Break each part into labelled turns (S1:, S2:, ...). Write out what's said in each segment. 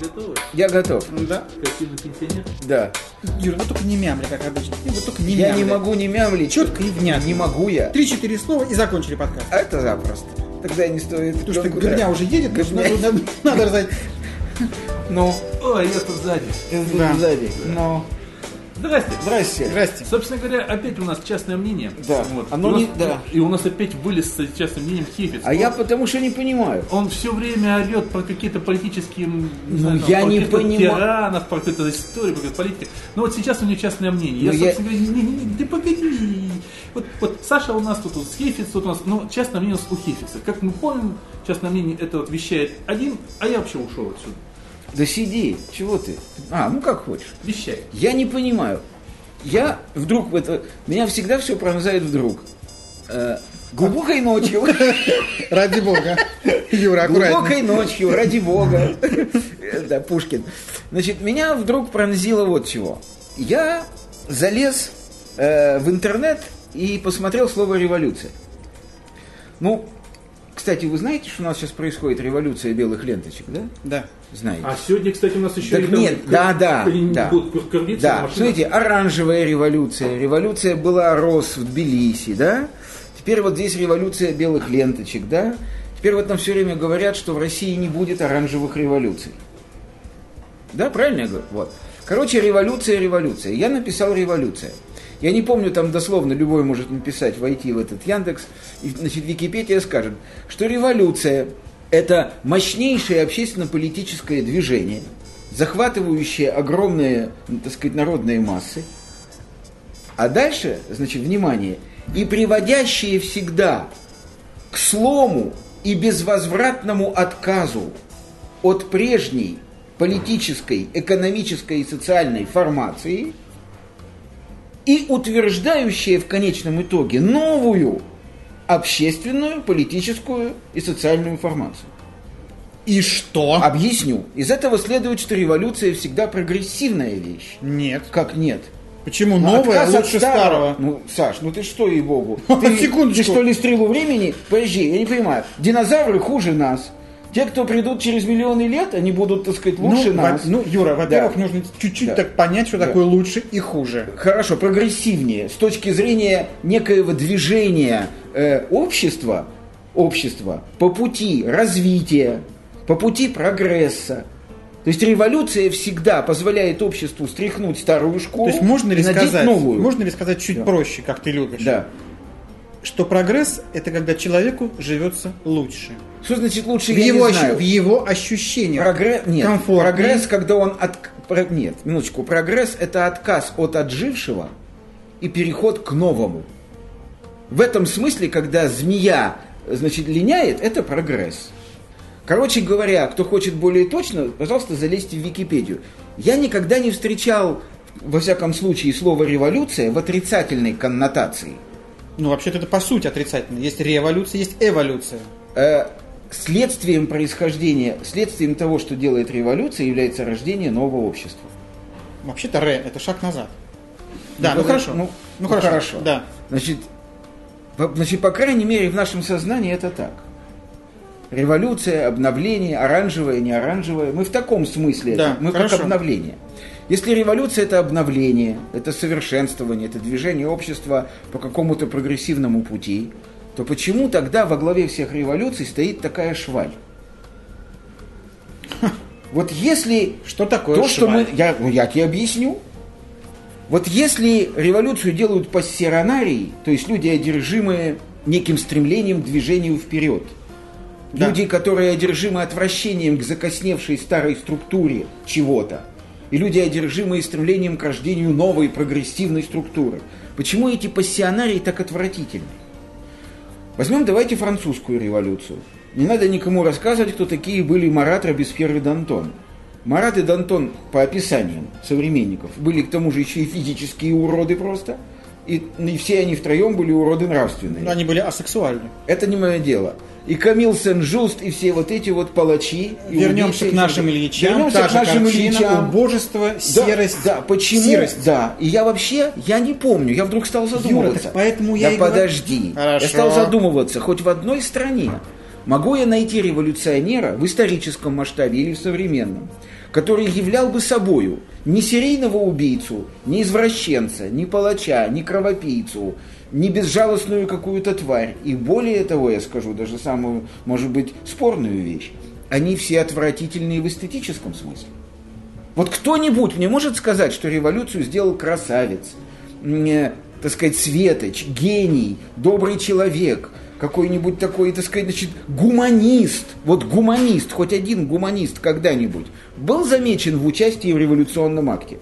S1: Готовы?
S2: Я готов.
S1: Ну Да. Красивый пенсионер.
S2: Да.
S1: Юр, ну только не мямли, как обычно. Ты вот только не
S2: Я
S1: мямли.
S2: не могу не мямлить.
S1: Четко и внятно.
S2: Не могу я.
S1: Три-четыре слова и закончили подкаст.
S2: А это запросто. Тогда не стоит.
S1: Потому что
S2: никуда.
S1: Герня уже едет, потому что надо, надо, надо раздать.
S2: Ну,
S3: Ой, я тут сзади.
S2: ты тут
S1: Да.
S2: сзади.
S1: Но.
S3: Здрасте.
S2: Здрасте.
S1: Здрасте.
S3: Собственно говоря, опять у нас частное мнение.
S2: Да.
S3: Вот.
S2: Оно
S3: И у
S2: не-
S3: нас-
S2: да.
S3: И у нас опять вылез с частным мнением Хефец.
S2: А я потому что не понимаю.
S3: Он все время орет про какие-то политические... м,
S2: Ну,
S3: знаю, там,
S2: я
S3: про
S2: не
S3: каких-то
S2: понима-
S3: Тиранов, про какую-то историю, про какую-то политику. Но вот сейчас у него частное мнение. Я,
S2: Ну, я-
S3: собственно говоря, не, не- не- да погоди. Вот, вот Саша у нас тут, вот Хефец тут у нас. Но частное мнение у нас у Хефица. Как мы помним, частное мнение это вот вещает один, а я вообще ушел отсюда.
S2: Да сиди. Чего ты? А, ну как хочешь.
S3: Вещает.
S2: Я не понимаю. Я вдруг в это... Меня всегда все пронзает вдруг. Э, глубокой ночью.
S1: Ради бога. Юра, аккуратно.
S2: Глубокой ночью, ради бога. Да, Пушкин. Значит, меня вдруг пронзило вот чего. Я залез э, в интернет и посмотрел слово «революция». Ну, кстати, вы знаете, что у нас сейчас происходит революция белых ленточек, да?
S1: Да.
S2: Знаете.
S3: А сегодня, кстати, у нас еще
S2: Так
S3: и там
S2: нет,
S3: кр-
S2: да, да,
S3: кр-
S2: да.
S3: будут кр- кормиться а
S2: Да,
S3: машина.
S2: смотрите, оранжевая революция. Революция была рос в Тбилиси, да? Теперь вот здесь революция белых ленточек, да? Теперь вот нам все время говорят, что в России не будет оранжевых революций. Да, правильно я говорю? Вот. Короче, революция, революция. Я написал революция. Я не помню, там дословно любой может написать, войти в этот Яндекс, и, значит, Википедия скажет, что революция – это мощнейшее общественно-политическое движение, захватывающее огромные, ну, так сказать, народные массы, а дальше, значит, внимание, и приводящие всегда к слому и безвозвратному отказу от прежней политической, экономической и социальной формации и утверждающие в конечном итоге новую общественную, политическую и социальную формацию.
S1: И что?
S2: А Объясню. Из этого следует, что революция всегда прогрессивная вещь.
S1: Нет.
S2: Как нет?
S1: Почему
S2: Ну,
S1: новое
S2: отказ от
S1: лучше старого?
S2: Ну, Саш, ну ты что, ей-богу?
S1: Ты-
S2: Ты,
S1: Секундочку.
S2: ты что ли стрелу времени? Подожди, я не понимаю. Динозавры хуже нас. Те, кто придут через миллионы лет, они будут, так сказать, лучше
S1: ну, во-
S2: нас.
S1: ну, Юра, во-первых,
S2: Да.
S1: нужно чуть-чуть
S2: Да.
S1: так понять, что
S2: Да.
S1: такое лучше и хуже.
S2: Хорошо, прогрессивнее. С точки зрения некоего движения э, общества, общества по пути развития, по пути прогресса. То есть революция всегда позволяет обществу стряхнуть старую школу
S1: То есть можно ли
S2: и надеть
S1: сказать,
S2: новую.
S1: можно ли сказать чуть
S2: Да.
S1: проще, как ты любишь,
S2: Да.
S1: что прогресс это когда человеку живется лучше.
S2: Что значит лучше,
S1: в,
S2: я
S1: его
S2: не
S1: ощу-
S2: знаю.
S1: в его ощущениях.
S2: Прогресс, нет,
S1: Комфортный.
S2: прогресс, когда он от... про- Нет, минуточку. Прогресс – это отказ от отжившего и переход к новому. В этом смысле, когда змея, значит, линяет, это прогресс. Короче говоря, кто хочет более точно, пожалуйста, залезьте в Википедию. Я никогда не встречал, во всяком случае, слово «революция» в отрицательной коннотации.
S1: Ну, вообще-то это по сути отрицательно. Есть революция, есть эволюция.
S2: Э, Следствием происхождения, следствием того, что делает революция, является рождение нового общества.
S1: Вообще-то ре это шаг назад. Да, ну,
S2: тогда-
S1: хорошо.
S2: Ну, ну,
S1: хорошо.
S2: хорошо.
S1: Да.
S2: Значит, по, значит, по крайней мере, в нашем сознании это так. Революция, обновление, оранжевое, не оранжевое. Мы в таком смысле.
S1: Да,
S2: это- мы
S1: хорошо.
S2: как обновление. Если революция это обновление, это совершенствование, это движение общества по какому-то прогрессивному пути, то почему тогда во главе всех революций стоит такая шваль? Вот если
S1: Что такое
S2: то, что
S1: шваль?
S2: мы... Я, ну, я тебе объясню. Вот если революцию делают пассионарии, то есть люди, одержимые неким стремлением к движению вперед,
S1: Да.
S2: люди, которые одержимы отвращением к закосневшей старой структуре чего-то, и люди, одержимые стремлением к рождению новой прогрессивной структуры. Почему эти пассионарии так отвратительны? Возьмем, давайте, французскую революцию. Не надо никому рассказывать, кто такие были Марат, Робеспьер и Дантон. Марат и Дантон, по описаниям современников, были к тому же еще и физические уроды просто. И, и все они втроем были уроды нравственные.
S1: Но Ну, они были асексуальны.
S2: Это не мое дело. И Камил Сен-Жуст, и все вот эти вот палачи. и
S1: Вернемся
S2: убийцы,
S1: к нашим
S2: и-
S1: Ильичам.
S2: Вернемся
S1: та
S2: к
S1: же
S2: нашим
S1: картина,
S2: Ильичам.
S1: убожество,
S2: Да,
S1: серость.
S2: Да, почему?
S1: Сирость.
S2: Да. И я вообще, я не помню. Я вдруг стал задумываться.
S1: так поэтому я
S2: Да
S1: и говорю.
S2: подожди.
S1: Хорошо.
S2: Я стал задумываться. Хоть в одной стране могу я найти революционера в историческом масштабе или в современном, который являл бы собою не серийного убийцу, не извращенца, не палача, не кровопийцу, не безжалостную какую-то тварь. И более того, я скажу даже самую, может быть, спорную вещь. Они все отвратительные в эстетическом смысле. Вот кто-нибудь мне может сказать, что революцию сделал красавец, м, э, так сказать, светоч, гений, добрый человек, какой-нибудь такой, так сказать, значит, гуманист. Вот гуманист, хоть один гуманист когда-нибудь был замечен в участии в революционном акте?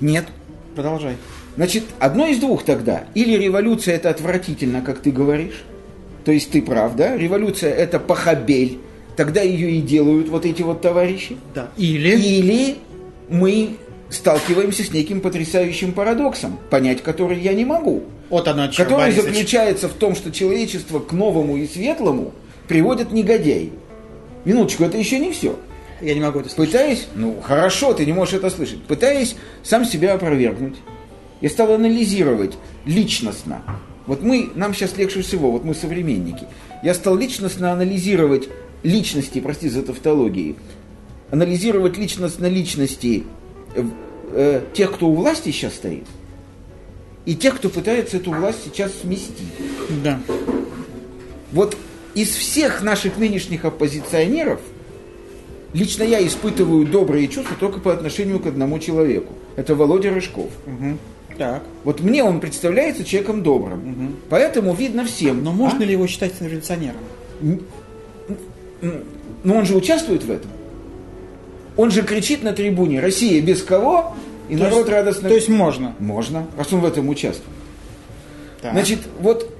S2: Нет.
S1: Продолжай.
S2: Значит, одно из двух тогда. Или революция это отвратительно, как ты говоришь. То есть ты прав, да? Революция это похабель. Тогда ее и делают вот эти вот товарищи.
S1: Да. Или...
S2: Или мы сталкиваемся с неким потрясающим парадоксом, понять который я не могу.
S1: Вот оно, чё,
S2: Который
S1: Борисыч.
S2: заключается в том, что человечество к новому и светлому приводит негодяй. Минуточку, это еще не все.
S1: Я не могу это слышать.
S2: Пытаясь, ну хорошо, ты не можешь это слышать, пытаясь сам себя опровергнуть, я стал анализировать личностно. Вот мы, нам сейчас легче всего, вот мы современники. Я стал личностно анализировать личности, прости за тавтологии, анализировать личностно личности э, э, тех, кто у власти сейчас стоит, и тех, кто пытается эту власть сейчас сместить.
S1: Да.
S2: Вот из всех наших нынешних оппозиционеров лично я испытываю добрые чувства только по отношению к одному человеку. Это Володя Рыжков.
S1: Мгм. Так.
S2: Вот мне он представляется человеком добрым. Поэтому видно всем.
S1: Но можно ли его считать революционером?
S2: А? Но он же участвует в этом. Он же кричит на трибуне «Россия без кого?» И
S1: То
S2: народ
S1: есть-
S2: радостно...
S1: То есть можно.
S2: Можно, раз он в этом участвует.
S1: Так.
S2: Значит, вот,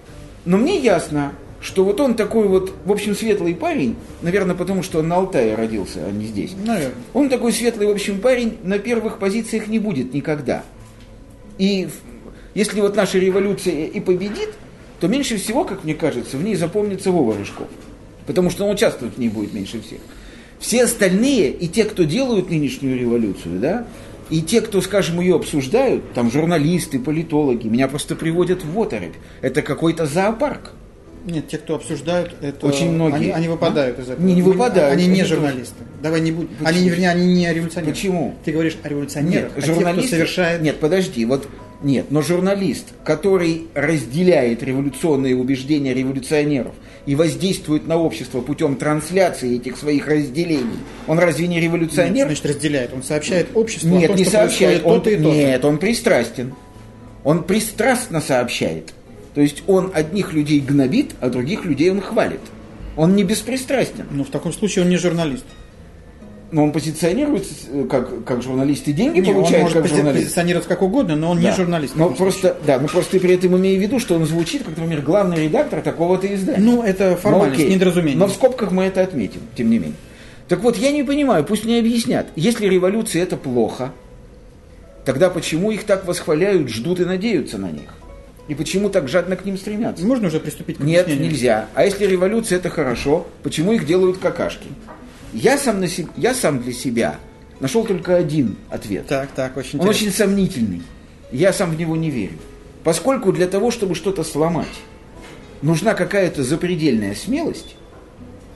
S2: но мне ясно, что вот он такой вот, в общем, светлый парень, наверное, потому что он на Алтае родился, а не здесь.
S1: Наверное.
S2: Он такой светлый, в общем, парень, на первых позициях не будет никогда. И в- если вот наша революция и победит, то меньше всего, как мне кажется, в ней запомнится Вова Рыжков. Потому что он участвовать в ней будет меньше всех. Все остальные, и те, кто делают нынешнюю революцию, да, и те, кто, скажем, ее обсуждают, там журналисты, политологи, меня просто приводят в оторопь. Это какой-то зоопарк.
S1: Нет, те, кто обсуждают, это
S2: Очень многие.
S1: Они, они выпадают из этого.
S2: Не, не выпадают.
S1: Они не
S2: Это
S1: журналисты. Давай не будем. Они, не- вернее, они не революционеры.
S2: Почему?
S1: Ты говоришь о революционерах, а те, кто совершает.
S2: Нет, подожди, вот нет, но журналист, который разделяет революционные убеждения революционеров и воздействует на общество путем трансляции этих своих разделений, он разве не
S1: Нет,
S2: революционер?
S1: значит, разделяет. Он сообщает обществу о
S2: нет,
S1: том,
S2: не
S1: что
S2: сообщает.
S1: происходит
S2: Он,
S1: то-то и то-то.
S2: нет, он пристрастен. Он пристрастно сообщает. То есть он одних людей гнобит, а других людей он хвалит. Он не беспристрастен.
S1: Ну, в таком случае он не журналист.
S2: Но он позиционируется э, как, как журналист и деньги
S1: Не, он
S2: получает
S1: может
S2: как
S1: пози-
S2: журналист.
S1: позиционироваться как угодно, но он не
S2: Да.
S1: журналист. в
S2: Но
S1: таком случае.
S2: просто, да, но просто при этом имею в виду, что он звучит, как, например, главный редактор такого-то издания.
S1: Ну, это формальность,
S2: окей.
S1: недоразумение.
S2: Но в скобках мы это отметим, тем не менее. Так вот, я не понимаю, пусть мне объяснят, если революция это плохо, тогда почему их так восхваляют, ждут и надеются на них? И почему так жадно к ним стремятся?
S1: Можно уже приступить к
S2: Нет,
S1: объяснению?
S2: нельзя. А если революция это хорошо, почему их делают какашки? Я сам, на се- я сам для себя нашел только один ответ.
S1: Так, так, очень
S2: Он
S1: интересно.
S2: очень сомнительный. Я сам в него не верю. Поскольку для того, чтобы что-то сломать, нужна какая-то запредельная смелость,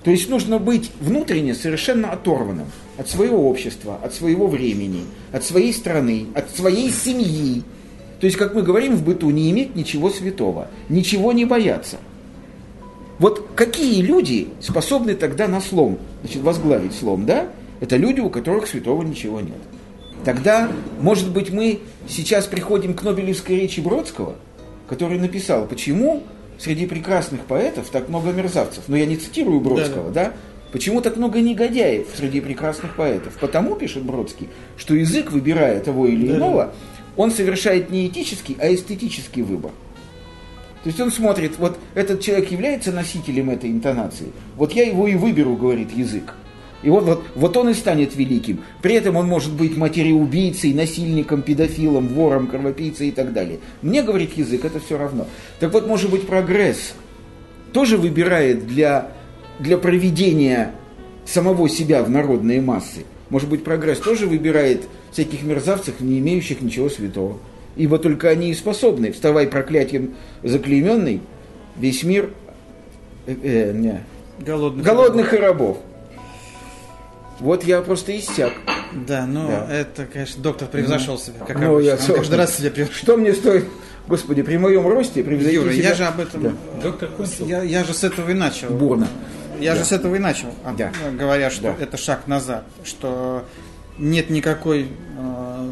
S2: то есть нужно быть внутренне совершенно оторванным от своего общества, от своего времени, от своей страны, от своей семьи. То есть, как мы говорим в быту, не иметь ничего святого, ничего не бояться. Вот какие люди способны тогда на слом, значит, возглавить слом, да? Это люди, у которых святого ничего нет. Тогда, может быть, мы сейчас приходим к Нобелевской речи Бродского, который написал, почему среди прекрасных поэтов так много мерзавцев. Но я не цитирую Бродского, да? Почему так много негодяев среди прекрасных поэтов? Потому, пишет Бродский, что язык, выбирая того или иного, он совершает не этический, а эстетический выбор. То есть он смотрит, вот этот человек является носителем этой интонации, вот я его и выберу, говорит язык. И вот, вот, вот он и станет великим. При этом он может быть матереубийцей, насильником, педофилом, вором, кровопийцей и так далее. Мне, говорит язык, это все равно. Так вот, может быть, прогресс тоже выбирает для, для проведения самого себя в народные массы. Может быть, прогресс тоже выбирает всяких мерзавцев, не имеющих ничего святого. Ибо только они и способны. Вставай проклятием заклейменный, весь мир э, э, не,
S1: Голодных.
S2: голодных и рабов. Вот я просто иссяк.
S1: Да, ну
S2: Да.
S1: это, конечно, доктор превзошел себя, как
S2: Ну,
S1: обычно.
S2: я
S1: Он
S2: согласен.
S1: каждый раз себя превзошел.
S2: Что мне стоит, господи, при моем росте превзойти
S1: Юра,
S2: себя?
S1: я же об этом...
S2: Да.
S1: э,
S3: Доктор кончил.
S1: Я, я же с этого и начал.
S2: Бурно.
S1: Я же с этого и начал, а,
S2: Да.
S1: говоря, что
S2: Да.
S1: это шаг назад, что нет никакой э,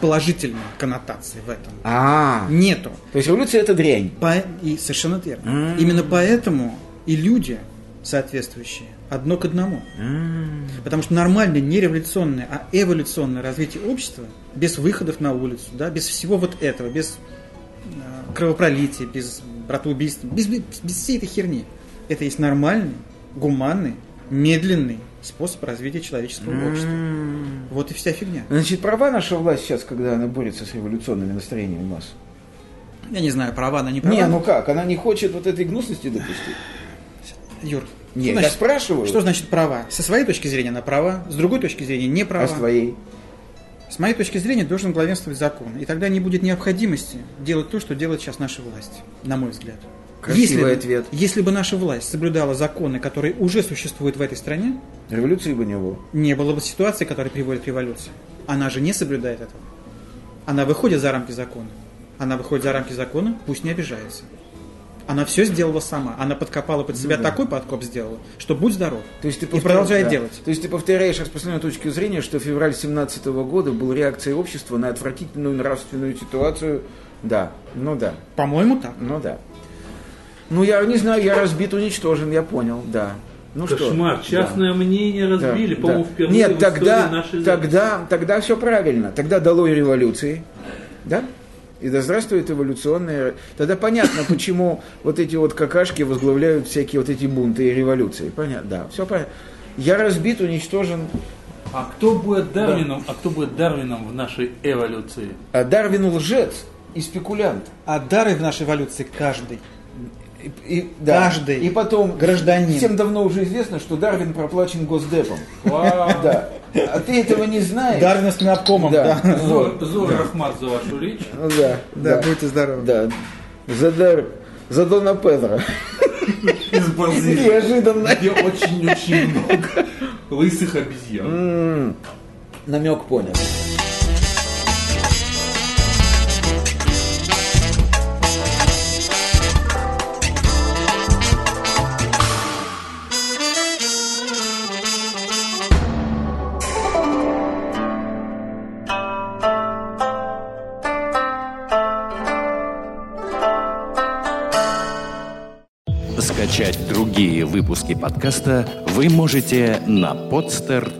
S1: положительной коннотации в этом.
S2: А,
S1: Нету.
S2: то есть революция это дрянь.
S1: По- И совершенно верно. Именно поэтому и люди соответствующие одно к одному. Потому что нормальное не революционное, а эволюционное развитие общества без выходов на улицу, да, без всего вот этого, без э, кровопролития, без братоубийств, без, без всей этой херни. Это есть нормальный, гуманный, медленный способ развития человеческого общества. Вот и вся фигня.
S2: Значит, права наша власть сейчас, когда она борется с революционными настроениями у нас?
S1: Я не знаю, права она не права.
S2: Не, ну как, она не хочет вот этой гнусности допустить?
S1: Юр,
S2: Нет,
S1: что
S2: я
S1: ну, значит-
S2: спрашиваю.
S1: Что значит права? Со своей точки зрения она права, с другой точки зрения не права.
S2: А с твоей?
S1: С моей точки зрения должен главенствовать закон. И тогда не будет необходимости делать то, что делает сейчас наша власть, на мой взгляд.
S2: Красивый
S1: бы-
S2: ответ.
S1: Если бы наша власть соблюдала законы, которые уже существуют в этой стране,
S2: Революции бы не было.
S1: не было бы ситуации, которая приводит к революции. Она же не соблюдает этого. Она выходит за рамки закона. Она выходит за рамки закона, пусть не обижается. Она все сделала сама. Она подкопала под себя такой подкоп сделала, что будь здоров.
S2: Ну То есть ты
S1: и
S2: повтор-
S1: продолжает
S2: да.
S1: делать.
S2: То есть ты повторяешь распространенную точку зрения, что февраль 17 года был реакцией общества на отвратительную нравственную ситуацию. Да, ну да,
S1: По-моему, так.
S2: ну да. Ну я не знаю, я разбит, уничтожен, я понял, да. Ну
S3: Кошмар.
S2: что?
S3: Частное мнение
S2: Да,
S3: разбили,
S2: да.
S3: по-моему, впервые в
S2: Нет,
S3: истории
S2: тогда,
S3: нашей
S2: тогда, тогда все правильно. Тогда долой революции, да? И да здравствует эволюционная... Тогда понятно, почему вот эти вот какашки возглавляют всякие вот эти бунты и революции. Понятно, да, все понятно. Я разбит, уничтожен.
S3: А кто будет Дарвином? А кто будет Дарвином в нашей эволюции?
S2: А Дарвин лжец и спекулянт.
S1: А дары в нашей эволюции каждый.
S2: И- и- да.
S1: Каждый
S2: И потом...
S1: гражданин.
S2: Всем давно уже известно, что Дарвин проплачен Госдепом. Да. А ты этого не знаешь?
S1: Дарвиновским обкомом,
S2: Да.
S1: да.
S3: Зор, Зор Рахмат за вашу речь.
S2: Ну да. Да,
S1: здоровы.
S2: Да. За, Дар... за Дона Педро.
S3: Из Бразилии.
S2: Неожиданно.
S3: Где очень-очень много лысых обезьян.
S2: Намек понял.
S4: Скачать другие выпуски подкаста вы можете на podster.ru.